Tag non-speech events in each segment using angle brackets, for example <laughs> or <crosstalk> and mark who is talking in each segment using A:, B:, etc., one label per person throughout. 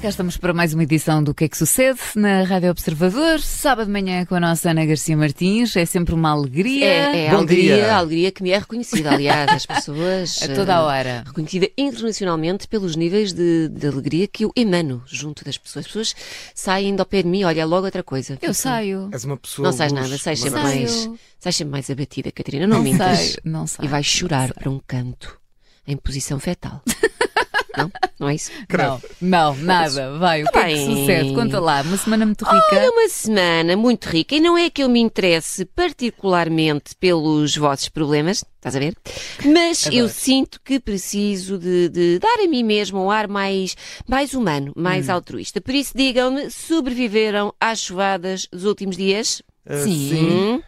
A: cá estamos para mais uma edição do Que é que Sucede na Rádio Observador, sábado de manhã com a nossa Ana Garcia Martins. É sempre uma alegria.
B: É, é a
C: Bom
B: alegria,
C: dia.
B: a alegria que me é reconhecida, aliás, as
A: <laughs>
B: pessoas.
A: A toda a
B: eh,
A: hora.
B: Reconhecida internacionalmente pelos níveis de, de alegria que eu emano junto das pessoas. As pessoas saem ao pé de mim, olha, é logo outra coisa.
A: Eu
B: Fico- <laughs>
A: saio.
C: És uma pessoa.
B: Não sais
C: luz, é assim,
B: nada, sais sempre
C: maravilhosa.
B: mais,
A: Saio.
B: sais sempre mais abatida, Catarina. Não,
A: Não
B: mintas.
A: saio. Não saio.
B: E vais chorar para um canto em posição
A: <laughs>
B: fetal. não? Não é isso?
A: Não, não, nada. Vai, o que é que
B: Tá Bem.
A: sucede? Conta lá, uma semana muito rica.
B: É uma semana muito rica e não é que eu me interesse particularmente pelos vossos problemas, estás a ver? Mas eu sinto que preciso de, de dar a mim mesmo um ar mais, mais humano, mais
C: Hum.
B: altruísta. Por isso, digam-me, sobreviveram às chuvadas dos últimos dias?
C: Ah,
A: Sim.
B: Hum?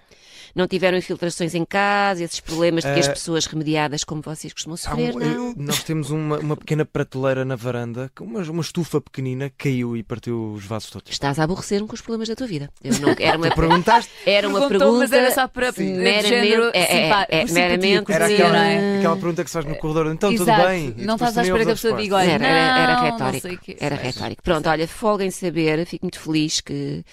B: Não tiveram infiltrações em casa, esses problemas de que as
C: Eh,
B: pessoas remediadas como vocês costumam
C: Há um-
B: sofrer, não?
C: eh, Nós temos uma, uma pequena prateleira na varanda, com uma, uma estufa pequenina caiu e partiu os vasos todos.
B: Estás a aborrecer-me com os problemas da tua vida. Eu não, era
C: <laughs>
B: uma,
C: Perguntaste?
B: era uma
A: Perguntou,
B: pergunta.
A: Mas era só para de
C: Sim.
B: Meramente-
A: género
B: é, é,
A: simpa-
B: é,
A: por simpatia,
B: meramente-
A: por
C: Era
A: ser,
C: aquela,
A: não é?
C: aquela pergunta que se faz no corredor. Então,
A: Exato.
C: tudo bem? E
A: Não
C: depois
A: estás à
C: nem
A: espera
C: ouves
A: que a pessoa
C: resposta.
A: diga, olha,
B: era, era, era
A: não, né? não
B: retórico.
A: sei o quê.
B: Era
A: Pois.
B: retórico. Pronto, olha, folguem saber, fico muito feliz que,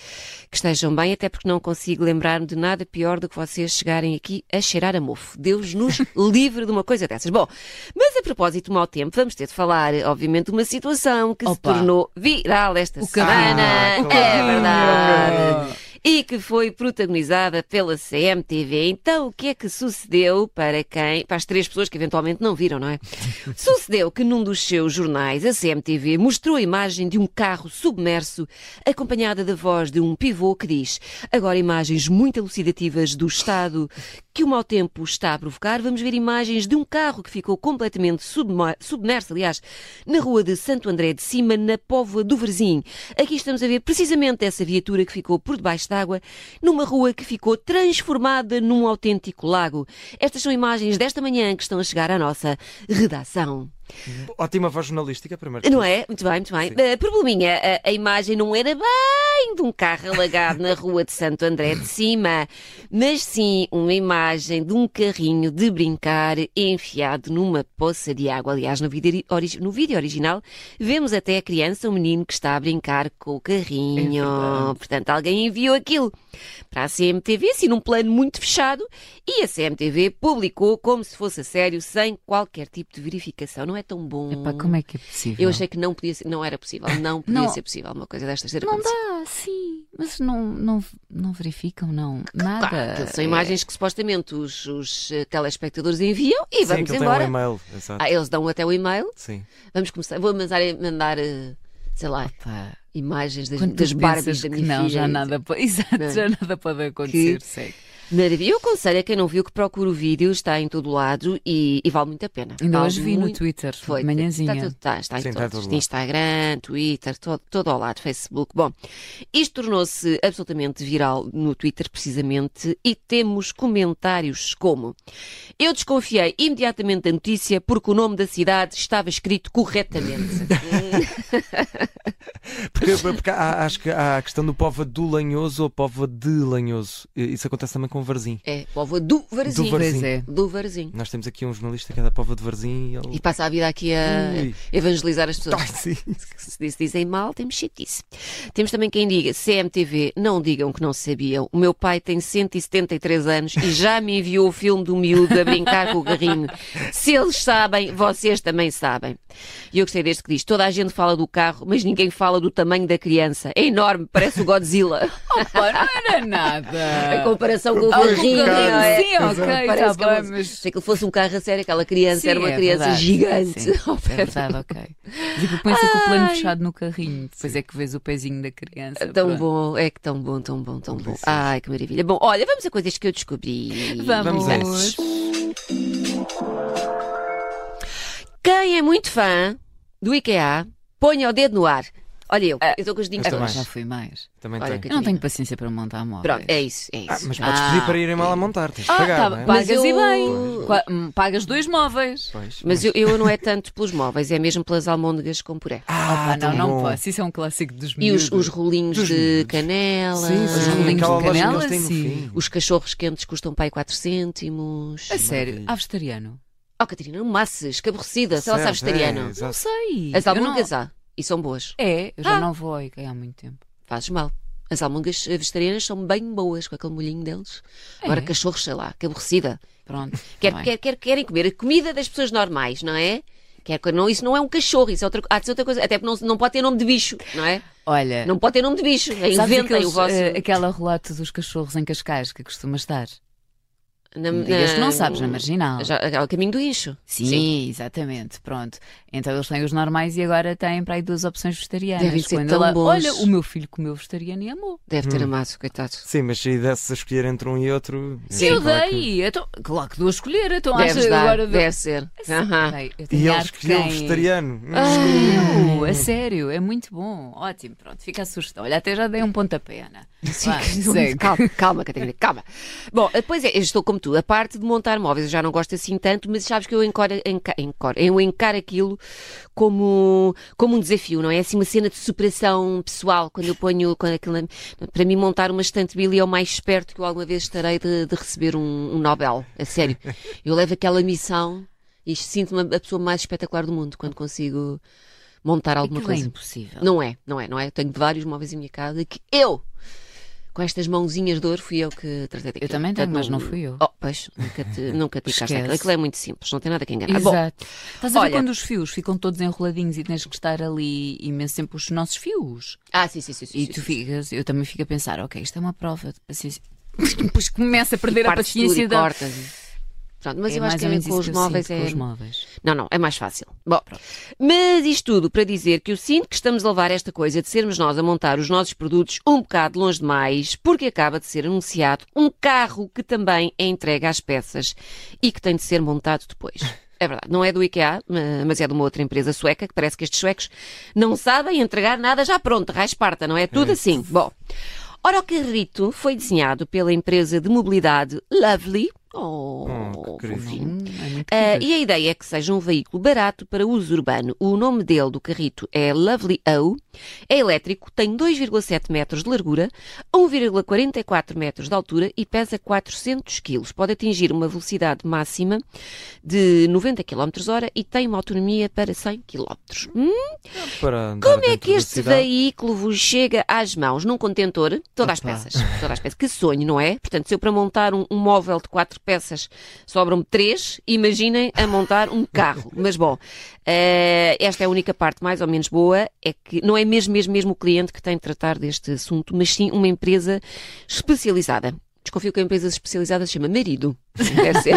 B: que estejam bem, até porque não consigo lembrar-me de nada pior do que vocês chegarem aqui a cheirar a mofo.
A: <laughs>
B: Deus nos livre de uma coisa dessas. Bom, mas a propósito do mau tempo, vamos ter de falar, obviamente, de uma situação que se
A: Opa.
B: tornou viral esta
A: O carrinho.
B: semana.
C: Ah, claro.
B: É verdade
A: Ah.
B: e que foi protagonizada pela CMTV. Então, o que é que sucedeu para quem, para as três pessoas que eventualmente não viram, não é? sucedeu que num dos seus jornais, a CMTV mostrou a imagem de um carro submerso, acompanhada da voz de um pivô que diz: "Agora imagens muito elucidativas do estado que o mau tempo está a provocar. Vamos ver imagens de um carro que ficou completamente subma- submerso, aliás, na rua de Santo André de Cima, na Póvoa do Verzinho. Aqui estamos a ver precisamente essa viatura que ficou por debaixo d'água, numa rua que ficou transformada num autêntico lago. Estas são imagens desta manhã que estão a chegar à nossa redação.
C: Ótima voz jornalística, primeiro.
B: Não é? Muito bem, muito bem. Eh, probleminha, a, a imagem não era bem de um carro alagado na rua de Santo André de Cima, mas sim uma imagem de um carrinho de brincar enfiado numa poça de água. Aliás, no vídeo, ori- no vídeo original, vemos até a criança, um menino que está a brincar com o carrinho. Portanto, alguém enviou aquilo para a CMTV, assim, num plano muito fechado, e a CMTV publicou como se fosse a sério, sem qualquer tipo de verificação. Não é tão bom.
A: Epá, como é que é possível?
B: Eu achei que não podia ser, não era
A: <laughs>
B: possível, não podia
A: Não.
B: ser possível uma coisa destas ter
A: Não
B: acontecido.
A: dá, sim. Mas não, não, não verificam, não. Nada.
B: Claro, que são imagens que supostamente os, os, eh, telespectadores enviam e
C: Sim,
B: vamos
C: aquilo
B: embora.
C: tem um e-mail. Exato.
B: Ah, eles dão até o e-mail,
C: Sim.
B: vamos começar, vou mandar, mandar eh, sei lá,
A: Epá,
B: imagens das,
A: É, Quando
B: das
A: tu
B: Barbies
A: pensas
B: da
A: que
B: minha
A: não,
B: filha.
A: já nada, po- <laughs> exato,
B: Não.
A: já nada pode acontecer,
B: Que-
A: segue.
B: Maravilha. Eu aconselho a quem não viu que procure o vídeo, está em todo lado e, e vale muito a pena.
A: Ainda
B: Vale
A: hoje vi no
B: tá muito-
A: Twitter,
B: Foi.
A: de manhãzinha.
B: Está, tudo- está, está em
C: Sim, está
B: todos.
C: tudo lá.
B: Instagram, Twitter, todo, todo ao lado, Facebook. Bom, isto tornou-se absolutamente viral no Twitter, precisamente, e temos comentários como: Eu desconfiei imediatamente da notícia porque o nome da cidade estava escrito
C: <laughs>
B: corretamente.
C: Porque, <laughs> porque há, acho que há a questão do povo do lanhoso ou povo de lanhoso. E Isso acontece também com o Varzim.
B: é, povo do Varzim.
C: Do Varzim.
A: Pois é.
B: Do Varzim.
C: Nós temos aqui um jornalista que é da povo de Varzim e ele.
B: E passa a vida aqui a
C: Ui.
B: evangelizar as pessoas.
C: Ai, <laughs> sim.
B: <laughs> se diz- dizem mal, temos chatice. Temos também quem diga, CMTV, não digam que não sabiam. O meu pai tem 173 anos e já me enviou o filme do miúdo a brincar com o garrinho. Se eles sabem, vocês também sabem. E eu gostei deste que diz, toda a gente fala do carro, mas ninguém fala do tamanho da criança. É enorme, parece o Godzilla.
A: Pá, não era
B: A
A: nada.
B: <laughs> comparação com o
A: Ah, com o
B: garrinho, não
A: carrinho,
B: é?
A: Sim, ok, está
B: Parece que é
A: bem,
B: uma-
A: mas...
B: Se aquilo fosse um carro a sério, aquela criança
A: Sim,
B: era uma
A: é
B: criança
A: verdade.
B: gigante.
A: Sim,
B: <laughs>
A: <laughs>
B: ao
A: É
B: pé do
A: verdade, ok. Tipo, pensa com o plano fechado no carrinho, depois é que vês o pezinho da criança.
B: Tão
A: pronto.
B: bom, é que tão bom, tão bom, tão bom.
C: Delicioso.
B: Ai, que maravilha. Bom, olha, vamos a coisas que eu descobri.
A: Vamos.
C: Vamos a esses.
B: Quem é muito fã do IKEA, ponha o dedo no ar. Olha eu,
C: É.
B: eu estou com os dinhos
C: esta
A: Agora
B: todos.
C: mais.
A: já fui mais.
C: Também
B: Olha
C: tem.
B: que-
A: Eu não tenho paciência para montar móveis.
B: Pronto, é isso, é
C: Ah,
B: isso.
C: mas podes
A: Ah.
C: pedir para irem mal a montar, tens de
A: Ah,
C: pagar.
A: tá,
C: não é?
A: pagas
B: Mas
A: e
B: eu-
A: bem. Qua- hum, Pagas dois móveis.
C: Pois,
B: Mas eu, eu não é tanto pelos móveis, é mesmo pelas almôndegas com puré.
C: Ah,
A: Ah, não,
C: tão
A: não
C: bom.
A: posso. Isso é um clássico dos
B: E
A: miúdos.
B: os, os rolinhos
C: Dos
B: de
C: miúdos.
B: canela,
C: Sim,
A: Ah,
C: sim,
A: rolinhos de
C: aquela loja que
A: canela,
C: eles têm no
A: sim.
C: fim.
B: os cachorros quentes custam pai 4 cêntimos.
C: É
A: A sério,
C: Maravilha.
A: há vegetariano?
B: Oh, Catarina, não massas, que aborrecida, se ela sabe
C: Certo, é,
B: vegetariano.
C: exato.
A: Sei.
B: As
A: Eu não-
B: almôndegas há. E são boas.
A: É, eu já
B: Ah.
A: não vou ao IKEA há muito tempo.
B: Fazes mal. As almôndegas eh, vegetarianas são bem boas com aquele molhinho deles. Agora
A: É.
B: cachorros, sei lá, que aborrecida.
A: Pronto.
B: Quer, é
A: tá bem.
B: quer- quer- querem comer a comida das pessoas normais, não é? Quer, que- não, isso não é um cachorro, isso é outra, co- há de ser outra coisa. Até porque não, não pode ter nome de bicho, não é?
A: Olha,
B: Não pode ter nome de bicho.
A: sabes
B: Inventem
A: aqueles,
B: o vosso.
A: eh, aquela relato dos cachorros em Cascais que costuma estar?
B: na,
A: Digas que não
B: na-
A: sabes, na marginal.
B: Já, ao caminho do incho.
A: Sim, exatamente, pronto. Então eles têm os normais e agora têm para aí duas opções vegetarianas.
B: Devem ser
A: Quando
B: tão
A: ela-
B: bons.
A: Olha, o meu filho comeu vegetariano e amou.
B: Deve ter amado, coitado.
C: Sim, mas se desse a escolher entre um e outro.
B: Sim,
C: eu
A: eu
C: sei lá é que-
A: dei, então, claro que dou a escolher, então
B: Deves
A: acho
B: dar,
A: agora dou-
B: deve ser. Aham.
A: Bem, eu tenho
C: E ele
A: ar de
C: escolheu o
A: quem- Ah,
C: vegetariano. Hum.
A: Escolheu, a sério, é muito bom, ótimo, pronto, fica a sugestão. Olha, até já dei um pontapé, Ana.
B: <laughs>
A: Vai, segue.
B: Calma, calma, Catarina, calma. Bom, eh, pois é, eu estou como tu. A parte de montar móveis eu já não gosto assim tanto, mas sabes que eu encaro, enca- encaro- eu encaro aquilo como, como um desafio, não é? Assim, uma cena de superação pessoal. Quando eu ponho. Quando aquilo, na- para mim, montar uma estante Billy é o mais perto que eu alguma vez estarei de, de receber um, um Nobel. A sério. Eu levo aquela missão e sinto-me a pessoa mais espetacular do mundo quando consigo montar alguma
A: Aquilo é
B: coisa.
A: impossível.
B: Não é, não é, não é. Eu tenho vários móveis em minha casa que eu, com estas mãozinhas de ouro, fui eu que tratei daquilo.
A: Eu também tenho,
B: Portanto,
A: mas não fui eu.
B: Oh, pois, nunca
A: <laughs>
B: te, nunca te ligaste àquilo.
A: Esquece.
B: Aquilo é muito simples, não tem nada que enganar. Bom,
A: Exato. Estás a ver
B: olha-
A: quando os fios ficam todos enroladinhos e tens que estar ali imenso tempo os nossos fios?
B: ah, sim, sim, sim. sim,
A: E
B: sim,
A: tu
B: sim.
A: ficas, eu também fico a pensar, ok, isto é uma prova de paciência. <laughs> Depois começa a perder a
B: Partes tudo
A: paciência
B: e
A: da.
B: cortas. e- Pronto, mas
A: É
B: eu acho
A: mais
B: que
A: ou
B: é
A: menos
B: com
A: isso
B: os
A: que eu
B: móveis
A: sinto
B: é.
A: com os móveis.
B: Não, não, é mais fácil. Bom, mas isto tudo para dizer que eu sinto que estamos a levar esta coisa de sermos nós a montar os nossos produtos um bocado longe demais, porque acaba de ser anunciado um carro que também é entregue às peças e que tem de ser montado depois.
C: <laughs>
B: É verdade, não é do IKEA, ma- mas é de uma outra empresa sueca, que parece que estes suecos não sabem entregar nada já pronto, raiz parta, não é? Tudo assim. Bom, ora o carrito foi desenhado pela empresa de mobilidade Lovely. Oh,
C: Oh, que querido.
B: fofinho.
A: Hum, é muito
B: Ah,
A: querido.
B: e a ideia é que seja um veículo barato para uso urbano. O nome dele, do carrito, é Lovely O. É elétrico, tem 2,7 metros de largura, 1,44 metros de altura e pesa 400 kg. Pode atingir uma velocidade máxima de 90 km hora e tem uma autonomia para 100 km.
C: Hum, Para
B: Como é que este veículo vos chega às mãos num contentor? Todas as
A: Opa.
B: peças. Todas as peças. Que sonho, não é? Portanto, se eu para montar um, um móvel de quatro peças sobram-me três, imaginem a montar um carro. Mas bom, eh, esta é a única parte mais ou menos boa, é que não é mesmo, mesmo, mesmo o cliente que tem de tratar deste assunto, mas sim uma empresa especializada. Desconfio que a empresa especializada se chama Marido. Deve ser.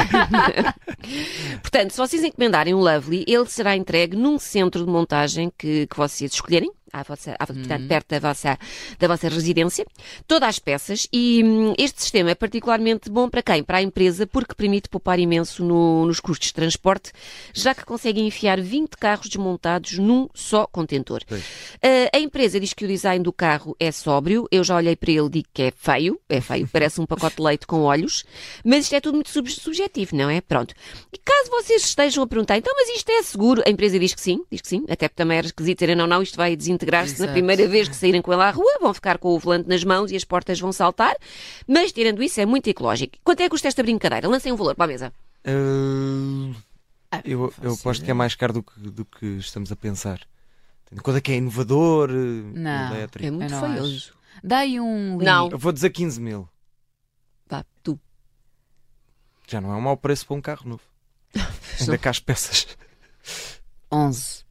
B: Portanto, se vocês encomendarem um Lovely, ele será entregue num centro de montagem que, que vocês escolherem, à vossa, à- portanto, perto da vossa, da vossa residência, todas as peças. E hum, este sistema é particularmente bom para quem? Para a empresa, porque permite poupar imenso no- nos custos de transporte, já que conseguem enfiar 20 carros desmontados num só contentor.
C: Pois.
B: Ah, a empresa diz que o design do carro é sóbrio. Eu já olhei para ele e digo que é feio. É feio, parece um pacote de leite com olhos. Mas isto é tudo muito sub- subjetivo, não é? Pronto. E caso vocês estejam a perguntar, então, mas isto é seguro? A empresa diz que sim, diz que sim. Até porque também era esquisito dizerem, não, não, isto vai desintegrar-se na
A: Exato.
B: primeira vez que saírem com ele à rua. Vão ficar com o volante nas mãos e as portas vão saltar. Mas, tirando isso, é muito ecológico. Quanto é que custa esta brincadeira? Lancem um valor para a mesa.
A: Ah,
C: eu eu
A: faço
C: aposto que
A: ideia.
C: é mais caro do que, do que estamos a pensar. Tendo em conta que é inovador, eh,
A: Não,
B: É
C: elétrico.
B: muito
A: não
B: feioso.
A: Dá aí um
B: Não.
A: limite.
C: Eu vou dizer 15 mil.
B: Vá, Ah, tu.
C: Já não é um mau preço para um carro novo. Ainda cá as peças.
A: 11.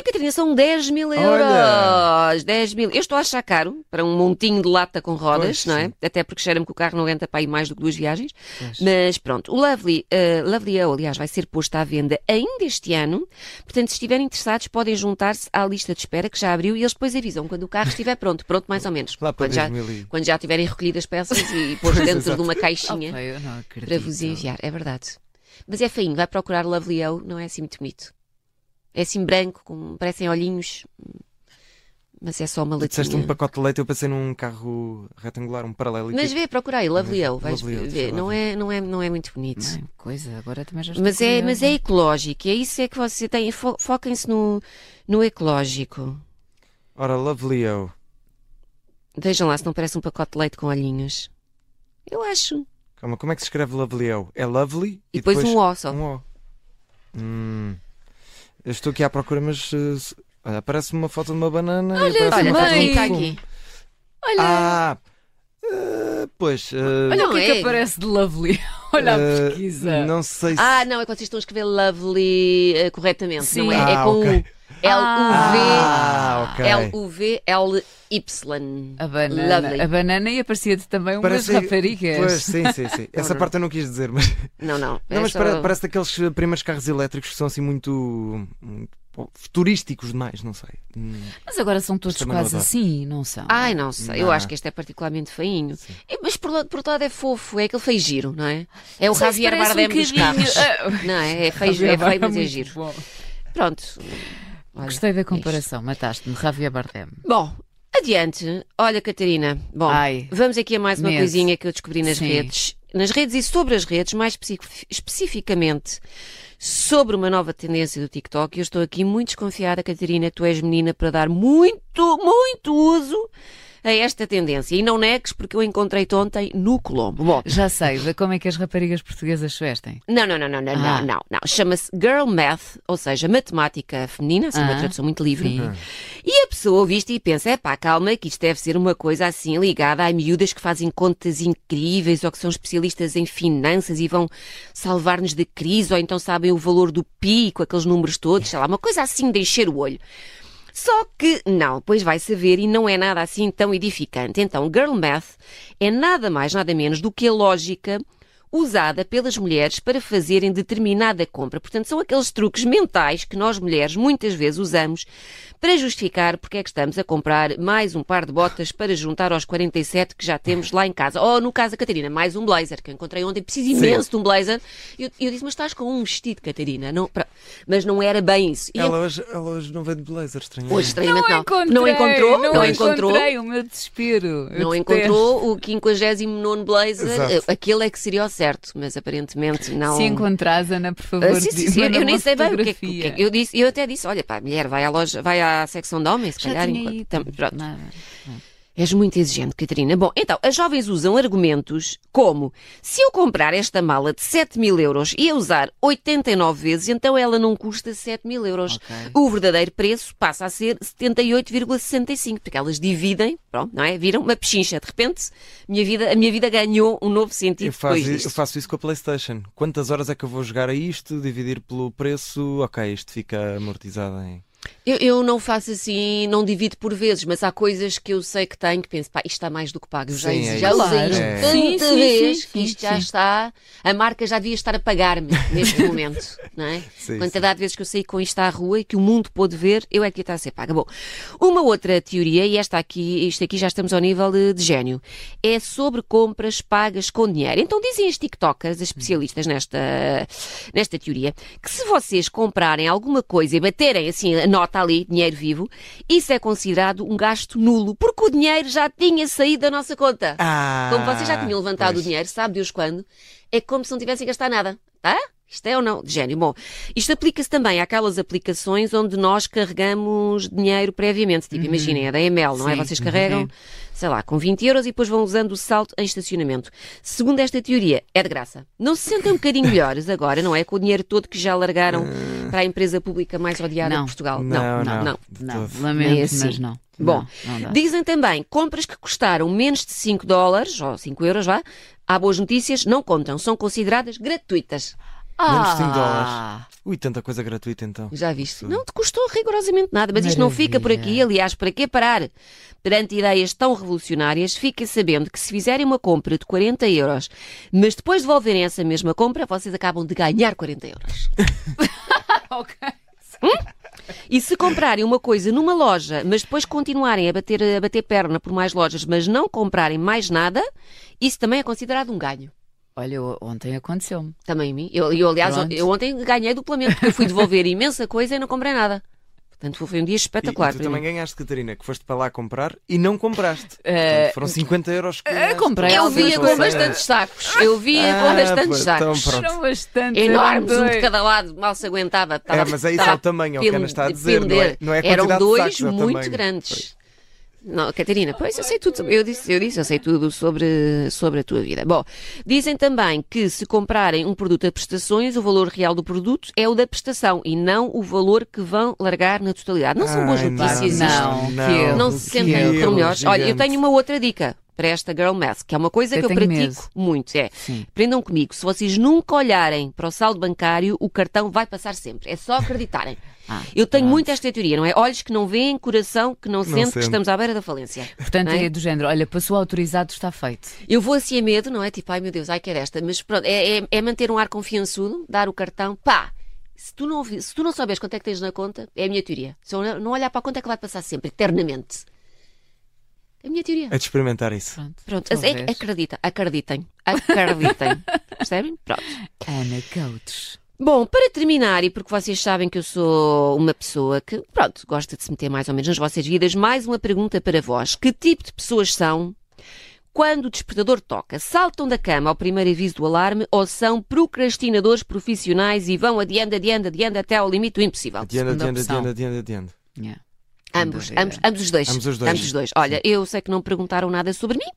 B: Ai, Catarina, são 10 mil euros.
C: Olha.
B: 10 mil. Eu estou a achar caro para um montinho de lata com rodas,
C: Pois,
B: não é?
C: sim.
B: Até porque cheira-me que o carro não aguenta para ir mais do que duas viagens.
C: Pois.
B: Mas pronto, o Lovely, eh, Lovely O, aliás, vai ser posto à venda ainda este ano. Portanto, se estiverem interessados, podem juntar-se à lista de espera que já abriu e eles depois avisam quando o carro estiver pronto. Pronto, mais ou menos.
C: Lá para
B: quando, já,
C: 10 mil e...
B: quando já tiverem recolhido as peças
C: <laughs>
B: e, e pôr dentro de uma caixinha
A: Opa, eu não acredito.
B: para vos enviar. É verdade. Mas é feinho, vai procurar Lovely O, não é assim muito bonito. É assim branco, com, parecem olhinhos, mas é só uma latinha.
C: Disseste um pacote de leite, eu pensei num carro retangular, um paralelo. e
B: Mas
C: que-
B: vê, procura aí, Lovely O, vais
C: Uhum. Lovely O,
B: ver.
C: deixa lá
B: Não
C: ver.
B: é, não, é, não é muito bonito.
A: Bem, coisa, agora também já estou
B: Mas é,
A: curiosa.
B: mas
C: Uhum.
B: é ecológico, e é isso é que você tem. Fo- Foquem-se no, no ecológico.
C: Ora, Lovely O.
B: Vejam lá se não parece um pacote de leite com olhinhos. Eu acho.
C: Calma, como é que se escreve Lovely O? É Lovely
B: E, depois, um O só.
C: Um O. Hum. Eu estou aqui à procura, mas. eh, s- Olha, parece uma foto de uma banana. e
A: Olha,
C: aparece
A: Olha,
C: uma
A: tá
C: foto de um
A: bonita
C: sumo.
D: aqui.
B: é-
A: Olha,
C: Ah, eh, pois. eh,
A: olha o
B: não
A: que é que
B: é.
A: aparece de lovely. <laughs> Olha a
C: eh,
A: pesquisa.
C: Não sei se.
B: Ah, não, é quando vocês estão a escrever lovely eh, corretamente,
A: Sim.
B: não é? é
C: Ah,
B: com É
C: ok.
B: o L-U-V,
C: Ah, ok.
B: É L-U-V-L-Y.
A: A banana.
B: Lovely.
A: A banana e aparecia-te também
C: Parece-
A: umas raparigas.
C: Pois, sim, sim, sim. Essa
B: não.
C: parte eu não quis dizer, mas.
B: Não, não. é
C: Não, mas
B: só-
C: pare- parece daqueles eh, primeiros carros elétricos que são assim muito. muito futurísticos demais, não sei. Hum,
A: Mas agora são todos
C: Também não
A: quase
C: adoro.
A: assim, não são?
B: Ai, não sei. Eu
C: Não.
B: acho que este é particularmente feinho. É, Mas por, lado- por outro lado é fofo, é aquele feio giro, não é? É o
A: Não sei se
B: Javier
A: parece
B: Bardem
A: um
B: dos
A: bocadinho-
B: carros.
A: Ah,
B: Não, é, é
A: Javier
B: feio, é feio,
A: Bardem
B: mas é
A: muito
B: giro.
A: bom.
B: Pronto. Olha, é
A: Gostei da
B: isto.
A: comparação, mataste-me, Javier Bardem.
B: Bom, adiante. Olha, Catarina. Bom,
A: Ai.
B: vamos aqui a mais uma
A: Medo.
B: coisinha que eu descobri nas
A: Sim.
B: redes. Nas redes e sobre as redes, mais especi- especificamente sobre uma nova tendência do TikTok. Eu estou aqui muito desconfiada, Catarina, que tu és menina para dar muito, muito uso a esta tendência. E não negues, porque eu encontrei-te ontem no Colombo. Bom,
A: Já sei, vê <laughs> como é que as raparigas portuguesas se vestem.
B: não, não, não, não, não,
A: Ah.
B: não, não, não. Chama-se Girl Math, ou seja, matemática feminina, assim, uma
A: Ah.
B: tradução muito livre.
A: Sim.
B: E a pessoa ouve isto e pensa, epá, calma, que isto deve ser uma coisa assim ligada a miúdas que fazem contas incríveis ou que são especialistas em finanças e vão salvar-nos da crise ou então sabem o valor do PI com aqueles números todos, sei lá, uma coisa assim de encher o olho. Só que não, pois vai saber e não é nada assim tão edificante. Então, Girl Math é nada mais, nada menos do que a lógica usada pelas mulheres para fazerem determinada compra. Portanto, são aqueles truques mentais que nós mulheres muitas vezes usamos para justificar porque é que estamos a comprar mais um par de botas para juntar aos 47 que já temos lá em casa. Ou, no caso da Catarina, mais um blazer, que eu encontrei ontem, preciso imenso de um blazer. E eu, eu disse, mas estás com um vestido, Catarina. Não, pra- Mas não era bem isso. E
C: ela, hoje, ela hoje não vem de blazer, estranho.
B: Hoje, estranhamente, não.
A: encontrei,
B: Não encontrou,
A: não,
B: não, encontrou.
A: encontrei o meu desespero. Eu
B: Não
A: detesto.
B: encontrou o 59 Blazer.
C: Exato.
B: Eh, Aquele é que seria o certo, mas aparentemente não.
A: Se encontrares, Ana, por favor,
B: Ah, sim, sim, sim, eu,
A: diz-me
B: eu nem
A: numa
B: sei bem o que é que. o
A: fotografia.
B: que é que- Eu, disse, eu até disse: olha, pá, mulher, vai à loja, vai à secção de homens, se
A: Já
B: calhar.
A: tinha
B: enquanto-
A: ido.
B: tam- pronto.
A: Nada.
B: És muito exigente, Catarina. Bom, então, as jovens usam argumentos como: se eu comprar esta mala de 7 mil euros e a usar 89 vezes, então ela não custa 7 mil euros.
A: Ok.
B: O verdadeiro preço passa a ser 78,65, porque elas dividem, pronto, não é? Viram uma pechincha. De repente, minha vida, a minha vida ganhou um novo sentido.
C: Eu
A: tipo
C: faço,
B: depois
C: eu
B: disto.
C: faço isso com a PlayStation. Quantas horas é que eu vou jogar a isto? Dividir pelo preço? Ok, isto fica amortizado em.
B: Eu, eu não faço assim, não divido por vezes, mas há coisas que eu sei que tenho que penso, pá, isto está mais do que pago. Eu já
C: Sim,
B: já
C: é
B: usei
C: isso.
B: isto
C: É.
B: tanta
A: Sim, sim,
B: vez
A: sim,
B: que isto
A: sim,
B: já
A: sim.
B: está. A marca já devia estar a pagar-me neste momento, não é?
C: Sim,
B: Quantidade de vezes que eu saí com isto à rua e que o mundo pôde ver, eu é que está a ser paga. Bom, uma outra teoria, e esta aqui, isto aqui já estamos ao nível eh, de gênio, é sobre compras pagas com dinheiro. Então dizem as TikTokers, as especialistas nesta, nesta teoria, que se vocês comprarem alguma coisa e baterem assim a nota ali, dinheiro vivo, isso é considerado um gasto nulo, porque o dinheiro já tinha saído da nossa conta.
C: Ah,
B: Como vocês já tinham levantado
C: pois.
B: o dinheiro, sabe Deus quando, é como se não tivessem a gastar nada, tá? Isto é ou não? De gênio. Bom, isto aplica-se também àquelas aplicações onde nós carregamos dinheiro previamente. Tipo, imaginem, a da ML, não é?
A: Sim,
B: Vocês carregam,
A: uhum.
B: sei lá, com 20 euros e depois vão usando o salto em estacionamento. Segundo esta teoria, é de graça. Não se sentem um bocadinho melhores agora, não é? Com o dinheiro todo que já largaram para a empresa pública mais odiada
A: Não.
B: de Portugal. não.
C: Não, não.
B: não.
C: de
A: Não,
C: todo.
A: lamento,
B: Nem assim.
A: mas não.
B: Bom,
A: Não, não dá.
B: Dizem também, compras que custaram menos de 5 dólares, ou 5 euros, vá, há boas notícias, não contam, são consideradas gratuitas.
C: Menos de 5
A: Ah,
C: Ui, tanta coisa gratuita então.
B: Já viste?
C: Sim.
B: Não te custou rigorosamente nada, mas isto não fica por aqui.
A: Maravilha.
B: Aliás, para que parar? Perante ideias tão revolucionárias, fiquem sabendo que se fizerem uma compra de 40 euros, mas depois devolverem essa mesma compra, vocês acabam de ganhar 40 euros.
A: Ah, <laughs> ok.
B: E se comprarem uma coisa numa loja, mas depois continuarem a bater, a bater perna por mais lojas, mas não comprarem mais nada, isso também é considerado um ganho.
A: Olha, eu- ontem aconteceu-me.
B: Também a mim. Eu, eu, aliás,
A: Pronto.
B: eu ontem ganhei duplamente, porque eu fui
C: <laughs>
B: devolver imensa coisa e não comprei nada. Portanto, foi um dia
C: E, e
B: espetacular.
C: tu
B: para
C: também
B: mim.
C: ganhaste, Catarina, que foste para lá comprar e não compraste.
A: Eh,
C: Portanto, foram 50 euros que ganhaste.
A: comprei
B: Eu
A: Algumas
B: via com
A: coisas.
B: bastantes sacos. Eu via
C: Ah,
B: com bastantes
C: pois, então
B: sacos.
C: Pronto.
A: São bastante
B: Enormes, um de
A: dois.
B: cada lado, mal se aguentava.
C: É,
B: Estava-
C: mas é isso, é
B: estava
C: o tamanho, é o
B: pelo-
C: que a Ana está a
B: de
C: dizer. Não é,
B: pender.
C: não é a
B: Eram
C: quantidade de
B: dois
C: sacos, é o
B: muito
C: tamanho.
B: grandes. Não, Catarina, pois eu sei tudo. Eu disse, eu disse, eu sei tudo sobre, sobre a tua vida. Bom, dizem também que se comprarem um produto a prestações, o valor real do produto é o da prestação e não o valor que vão largar na totalidade. Não são boas
C: Ai,
B: notícias. isto.
A: Não, que erro,
B: Não
A: que
B: se sentem
A: erro
B: tão melhores. Olha, eu
C: gigante.
B: tenho uma outra dica para esta girl math, que é uma coisa
A: Eu
B: que eu
A: tenho
B: pratico
A: medo.
B: muito. É,
A: Sim.
B: aprendam comigo, se vocês nunca olharem para o saldo bancário, o cartão vai passar sempre. É só acreditarem. <laughs>
A: Ah,
B: eu tenho muito esta teoria, não é? Olhos que não veem, coração que não, sente, que
C: sente.
B: estamos à beira da falência.
A: Portanto,
B: Hein?
A: é do género, olha, passou autorizado, está feito.
B: Eu vou assim a medo, não é? Tipo, ai meu Deus, ai que era esta. Mas pronto, é, é- é manter um ar confiançudo, dar o cartão, pá! Se tu, não, vi- se tu não souberes quanto é que tens na conta, é a minha teoria. Se eu não olhar para a conta, é que vai passar sempre, eternamente. É a minha teoria.
C: É de experimentar isso.
A: Pronto.
B: Pronto,
A: talvez.
B: é, acredita, acreditem, <laughs> acreditem. Percebem? Pronto.
A: Ana Coutos.
B: Bom, para terminar, e porque vocês sabem que eu sou uma pessoa que, pronto, gosta de se meter mais ou menos nas vossas vidas, mais uma pergunta para vós. Que tipo de pessoas são quando o despertador toca? Saltam da cama ao primeiro aviso do alarme ou são procrastinadores profissionais e vão adiando, adiando, adiando até ao limite do impossível?
C: Adiando,
A: Segunda
C: adiando,
A: opção.
C: adiando, adiando, adiando.
A: Yeah.
B: Ambos,
A: dúvida.
B: ambos, ambos os dois.
C: Ambos os dois.
B: Olha, eu sei que não perguntaram nada sobre mim,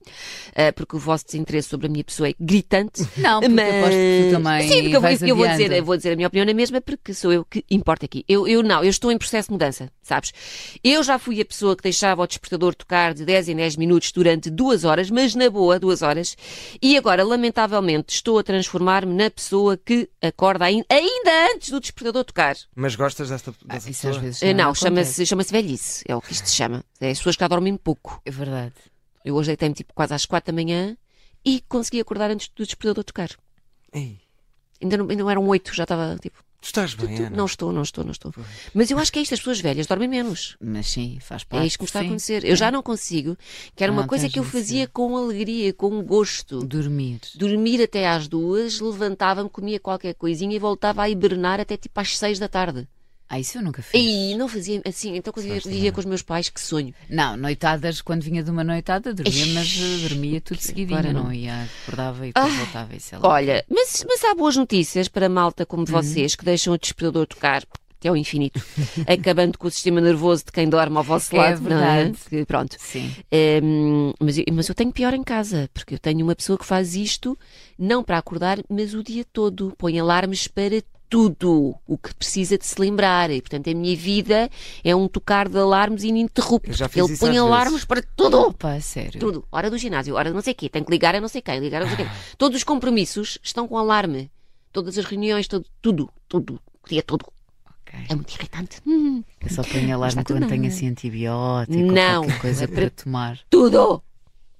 B: eh, porque o vosso desinteresse sobre a minha pessoa é gritante.
A: Não, porque
B: Mas-
A: aposto um que tu também
B: Sim, porque eu, vou-
A: vais
B: eu vou
A: adiando.
B: dizer, eu vou dizer a minha opinião na mesma, porque sou eu que importa aqui. Eu, eu não, eu estou em processo de mudança, sabes? Eu já fui a pessoa que deixava o despertador tocar de 10 em 10 minutos durante duas horas, mas na boa, duas horas. E agora, lamentavelmente, estou a transformar-me na pessoa que acorda ai- ainda antes do despertador tocar.
C: Mas gostas desta,
A: Ah,
C: dessa
A: isso
C: pessoa?
A: às vezes
B: Eh, não,
A: acontece.
B: chama-se chama velhice, é o que isto se chama. É as pessoas que já dormem pouco.
A: É verdade.
B: Eu hoje deitei-me tipo quase às 4 da manhã e consegui acordar antes do despertador tocar.
C: Ei,
B: Ainda não, ainda não eram 8, já estava tipo.
C: tu estás bem,
B: Tu-
C: Ana?
B: Não estou, não estou, não estou. Mas eu acho que é isto, as pessoas velhas dormem menos.
A: Mas sim, faz parte.
B: É isto que me está a
A: sim.
B: acontecer. Eu já não consigo, que era
A: Ah,
B: uma coisa
A: tens
B: que eu
A: razão.
B: fazia com alegria, com gosto.
A: Dormir.
B: Dormir até às duas, levantava-me, comia qualquer coisinha e voltava a hibernar até tipo às seis da tarde.
A: Ah, isso eu nunca fiz.
B: E não fazia assim, então quando eu vivia com os meus pais, que sonho.
A: Não, noitadas, quando vinha de uma noitada, dormia, mas eh, dormia tudo seguidinho,
B: agora não. Ah.
A: não ia, acordava e depois voltava e sei lá.
B: Olha, mas, mas há boas notícias para malta como
A: Uhum.
B: de vocês que deixam o despertador tocar. Que é o infinito, <laughs> acabando com o sistema nervoso de quem dorme ao vosso
A: É
B: lado, não é?
A: verdade.
B: Que, pronto.
A: Sim.
B: Hum, mas, eu, mas eu tenho pior em casa, porque eu tenho uma pessoa que faz isto não para acordar, mas o dia todo. Põe alarmes para tudo o que precisa de se lembrar. E, portanto, a minha vida é um tocar de alarmes ininterrupto.
C: Eu já
B: porque
C: fiz
B: Ele
C: isso
B: põe
C: às
B: alarmes
C: vezes.
B: para tudo.
A: Opa, a sério.
B: Tudo. Hora do ginásio, hora de não sei o quê. Tenho que ligar a não sei quem, ligar a não sei
C: <laughs>
B: quem. Todos os compromissos estão com alarme. Todas as reuniões, todo, tudo, tudo. O dia todo.
A: Ok.
B: É muito irritante. Hum,
A: Eu só ponho
B: está
A: alarme
B: tudo
A: quando
B: bem.
A: tenho assim antibiótico
B: é. Não. é
A: ou qualquer coisa para tomar.
B: tudo.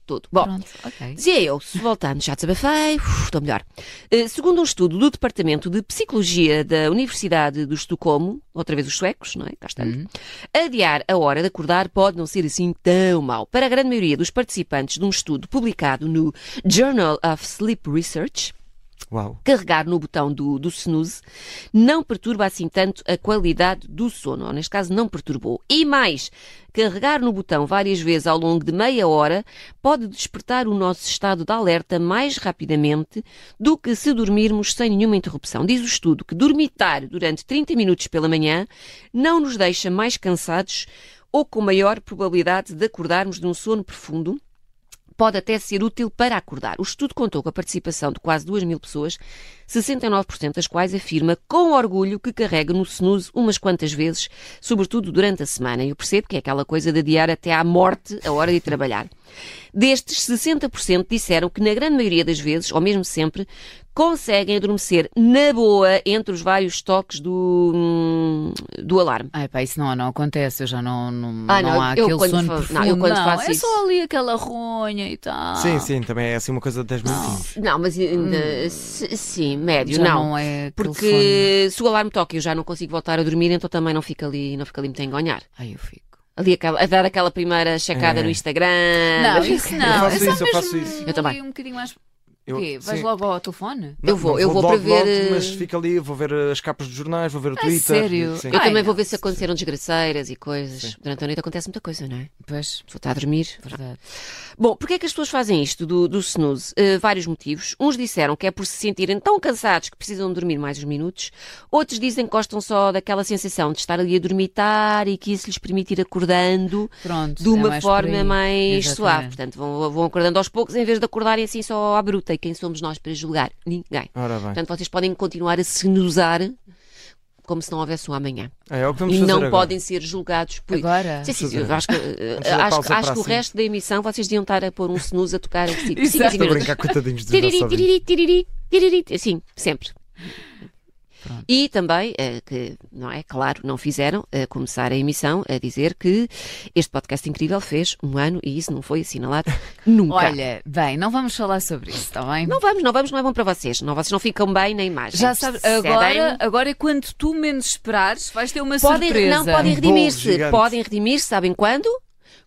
B: Tudo. Bom,
A: Pronto, ok.
B: Dizia eu, se voltando, já desabafei, uf, estou melhor. Eh, Segundo um estudo do Departamento de Psicologia da Universidade do Estocolmo, outra vez os suecos, não é? Cá estamos. Adiar a hora de acordar pode não ser assim tão mau. Para a grande maioria dos participantes de um estudo publicado no Journal of Sleep Research,
C: Uau.
B: carregar no botão do, do snooze não perturba assim tanto a qualidade do sono, ou neste caso não perturbou. E mais, carregar no botão várias vezes ao longo de meia hora pode despertar o nosso estado de alerta mais rapidamente do que se dormirmos sem nenhuma interrupção. Diz o estudo que dormitar durante 30 minutos pela manhã não nos deixa mais cansados ou com maior probabilidade de acordarmos de um sono profundo pode até ser útil para acordar. O estudo contou com a participação de quase 2 mil pessoas, 69% das quais afirma com orgulho que carrega no snooze umas quantas vezes, sobretudo durante a semana. Eu percebo que é aquela coisa de adiar até à morte a hora de ir trabalhar. Destes, 60% disseram que, na grande maioria das vezes, ou mesmo sempre, conseguem adormecer na boa entre os vários toques do, hum, do alarme.
A: Ai pá, isso não, não acontece, eu já não, não,
B: Ah,
A: não
B: não,
A: há
B: eu
A: aquele
B: quando
A: sono
B: fa- não, eu
A: profundo.
B: quando faço
A: é
B: isso-
A: só ali aquela ronha e
B: Ah.
A: tal.
C: Sim, sim, também é assim uma coisa das minutinhos.
B: Não, mas ainda. s- Sim, médio,
A: Já não, é aquele sono.
B: Porque se o alarme toca e eu já não consigo voltar a dormir, então também não fica ali, não fica ali muito a enganhar.
A: Ai, eu fico.
B: Ali aquela- a dar aquela primeira checada
C: É.
B: no Instagram.
A: Não, isso não.
C: Eu faço
A: é só
B: Ah,
C: isso, eu faço
A: mesmo
C: isso.
B: Eu também.
A: ali um bocadinho mais O
C: Eu,
A: quê? Vais
C: sim.
A: logo ao telefone?
B: Eu vou- eu vou
C: logo,
B: prever,
C: logo,
B: eh,
C: mas fica ali, vou ver as capas dos jornais, vou ver o
A: Ah,
C: Twitter.
A: sério?
C: Sim.
B: Eu
A: Ai,
B: também
A: não.
B: vou ver se aconteceram desgraceiras e coisas. Durante a noite acontece muita coisa, não é?
A: Pois,
B: Vou estar a dormir.
A: verdade.
B: Bom, porquê é que as pessoas fazem isto do, do snooze? Eh, vários motivos. Uns disseram que é por se sentirem tão cansados que precisam dormir mais uns minutos. Outros dizem que gostam só daquela sensação de estar ali a dormitar e que isso lhes permite ir acordando
A: Pronto.
B: de
A: é
B: uma
A: mais por
B: forma
A: aí.
B: mais
A: Exatamente.
B: suave. Portanto, vão, vão acordando aos poucos em vez de acordarem assim só à bruta. E quem somos nós para julgar? Ninguém.
C: Ora bem.
B: Portanto, vocês podem continuar a sinusar como se não houvesse um amanhã.
C: É, é o que vamos
B: E
C: fazer
B: não
C: agora.
B: podem ser julgados por isso.
A: Agora?
B: Sim, sim, sim,
C: Fazer.
B: eu acho que, eh,
C: fazer a
B: acho,
C: pausa
B: acho
C: para
B: que o
C: assim.
B: resto da emissão vocês deviam estar a pôr um snooze a tocar
C: <laughs>
B: assim. cinco,
A: Exato.
B: cinco
C: Estou a
B: minutos.
C: brincar, coitadinhos dos
B: Tiriri,
C: nossos ouvintes.
B: tiriri, tiriri, tiriri, assim, sempre. E também, eh, que não é claro, não fizeram, eh, começar a emissão a dizer que este podcast incrível fez um ano e isso não
A: <laughs>
B: foi assinalado nunca.
A: Olha, bem, não vamos falar sobre isso, está bem?
B: Não vamos, não vamos, não é bom para vocês. Não, vocês não ficam bem na imagem.
A: Já sabes,
B: Percebem?
A: agora, agora é quando tu menos esperares, vais ter uma
B: Podem,
A: surpresa. Um
B: não, podem
C: bolo
B: redimir-se.
C: gigante.
B: Podem redimir-se, sabem quando?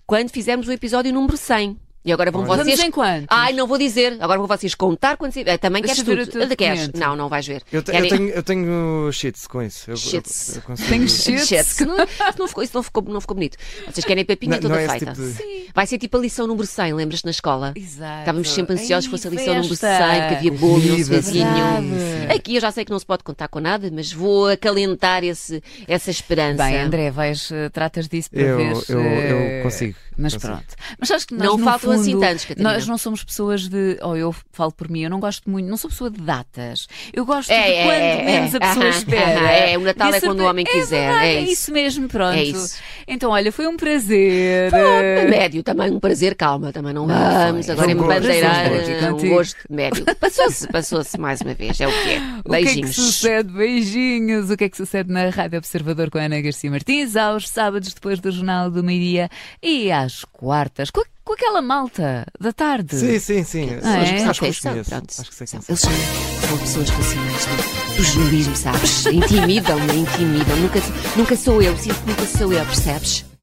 B: Quando fizermos o episódio número 100. E agora vão
C: Olha.
B: vocês.
A: Vamos em quantos?
B: Ai, não vou dizer. Agora vão vocês contar quando. se- Eh, Também queres
A: Deixa eu ver
B: tudo.
A: o teu
B: Eh, queres?
A: documento.
B: Não, não vais ver.
C: Eu, te- eu
B: Querem-
C: tenho, eu tenho shits com isso. Eu, eu-
B: Shits.
C: eu consigo-
A: Tenho shits.
B: Shit, se não- se não ficou- Isso não ficou, não ficou bonito. Vocês querem papinha
C: Não-
B: toda
C: não é esse
B: feita.
C: tipo de-
B: Vai ser tipo a lição número 100, lembras-te na escola?
A: Exato.
B: Estávamos sempre ansiosos
A: Ai,
B: que fosse a lição número 100,
A: festa.
B: que havia bolo, não se
C: Comida,
B: fazia nenhum.
A: Verdade.
B: Aqui eu já sei que não se pode contar com nada, mas vou acalentar esse, essa esperança.
A: Bem, André, vais, eh, tratas disso para
C: Eu-
A: ver.
C: eu- eu
A: eh,
C: consigo,
A: Mas
C: consigo.
A: pronto. Mas acho que nós,
B: Não
A: no
B: faltam
A: fundo,
B: assim tantos, Catarina.
A: Nós não somos pessoas de. Ou eu falo por mim, eu não gosto muito. Não sou pessoa de datas. Eu gosto
B: É,
A: de
B: é,
A: quando
B: é,
A: menos a
B: é.
A: pessoa
B: Aham,
A: espera.
B: aham, é, o Natal
A: E a
B: é quando o
A: surpre-
B: homem quiser,
A: É, verdade,
B: é
A: é
B: isso.
A: mesmo, pronto.
B: É isso.
A: Então, olha, foi um prazer. eh,
B: Ah, Médio, também um prazer, calma, também não vamos
A: foi.
B: agora
C: Foi um gosto,
B: embandeirar
C: foi um gosto.
B: eh, um
A: Contigo.
B: gosto médio. Passou-se, passou-se mais uma vez, é o que é.
A: O que é que
B: Beijinhos.
A: sucede? Beijinhos. O que é que sucede na Rádio Observador com a Ana Garcia Martins, aos sábados depois do Jornal do Meio-Dia e às quartas, com, com aquela malta da tarde.
C: Sim, sim, sim.
A: Ah,
C: acho,
A: é?
C: que- acho que
B: Ok,
C: os
B: são,
C: conheço.
B: pronto.
C: Acho que sei
B: São.
C: quem são.
B: Eles são são pessoas racionais do, do jornalismo, sabes? Intimidam-me, intimidam. Nunca, nunca sou eu, sinto que nunca sou eu, percebes?